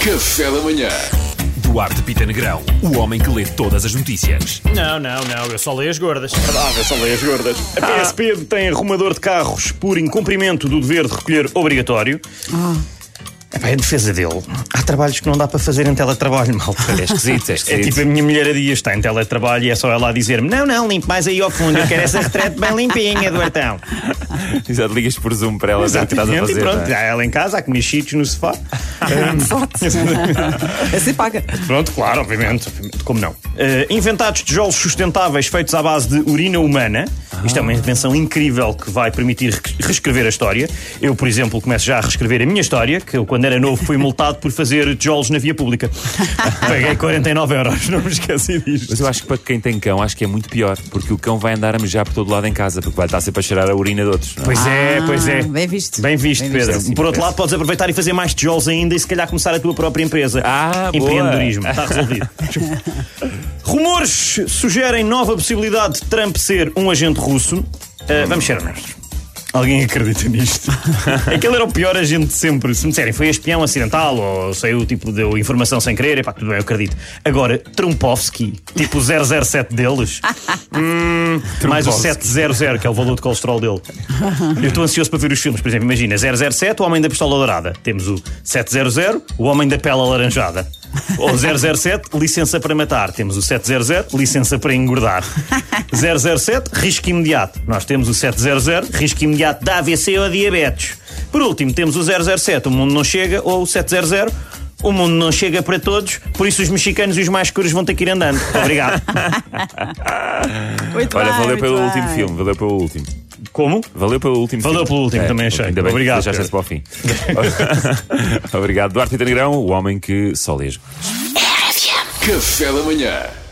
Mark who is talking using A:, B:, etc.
A: Café da manhã.
B: Duarte Pita Negrão, o homem que lê todas as notícias.
C: Não, não, não, eu só leio as gordas. Ah.
D: Ah, eu só leio as gordas. A PSP detém arrumador de carros por incumprimento do dever de recolher obrigatório. Ah. Epá, em defesa dele, há trabalhos que não dá para fazer em teletrabalho, malta.
B: É esquisito, é
D: É
B: esquisito.
D: tipo a minha mulher a dia está em teletrabalho e é só ela a dizer-me: Não, não, limpe mais aí ao fundo, eu quero essa retrete bem limpinha, Duartão.
B: Exato, ligas por Zoom para ela ver o que estás é a
D: Exatamente,
B: fazer.
D: e pronto,
B: não é?
D: já ela em casa, há que comer cheetos no sofá. Hum.
E: Assim paga.
D: Pronto, claro, obviamente. obviamente, Como não? Eh, inventados tijolos sustentáveis feitos à base de urina humana. Isto é
E: Ah.
D: uma invenção incrível que vai permitir re- reescrever a história. Eu, por exemplo, começo já a reescrever a minha história, que eu, quando era novo, fui multado por fazer tijolos na via pública. Paguei 49 euros, não me esqueci disto.
B: Mas eu acho que para quem tem cão, acho que é muito pior, porque o cão vai andar a mejar por todo lado em casa, porque vai estar sempre a cheirar a urina de outros. não é?
D: Pois é, pois é.
E: Ah, bem visto.
D: Bem visto,
E: Bem
D: Pedro.
B: visto.
D: Por outro lado, podes aproveitar e fazer mais tijolos ainda e se calhar começar a tua própria empresa.
B: Ah, boa.
D: Empreendedorismo. Está resolvido. Rumores sugerem nova possibilidade de Trump ser um agente russo. Uh, vamos ser honestos. Alguém acredita nisto? Aquele era o pior agente de sempre. Se me disserem, foi espião acidental ou saiu, tipo, deu informação sem querer, epá, tudo bem, eu acredito. Agora, Trumpovski, tipo 007 deles, hum, mais o 700, que é o valor de colesterol dele. Eu estou ansioso para ver os filmes, por exemplo, imagina 007, o Homem da Pistola Dourada. Temos o 700, o Homem da Pela Laranjada. Ou 007, Licença para Matar. Temos o 700, Licença para Engordar. 007, Risco Imediato. Nós temos o 700, Risco Imediato da AVC ou Diabetes. Por último, temos o 007, O Mundo Não Chega, ou o 700, O Mundo Não Chega para Todos, por isso os mexicanos e os mais escuros vão ter que ir andando. Obrigado.
E: Muito
B: Olha,
E: bem,
B: valeu
E: muito
B: pelo
E: bem.
B: último filme, valeu pelo último.
D: Como?
B: Valeu pelo último filme.
D: Valeu
B: É,
D: pelo último, também achei.
B: Ainda bem
D: Obrigado,
B: que deixaste para o fim. Obrigado, Duarte Pita Negrão, o homem que só lê as
A: Café da manhã.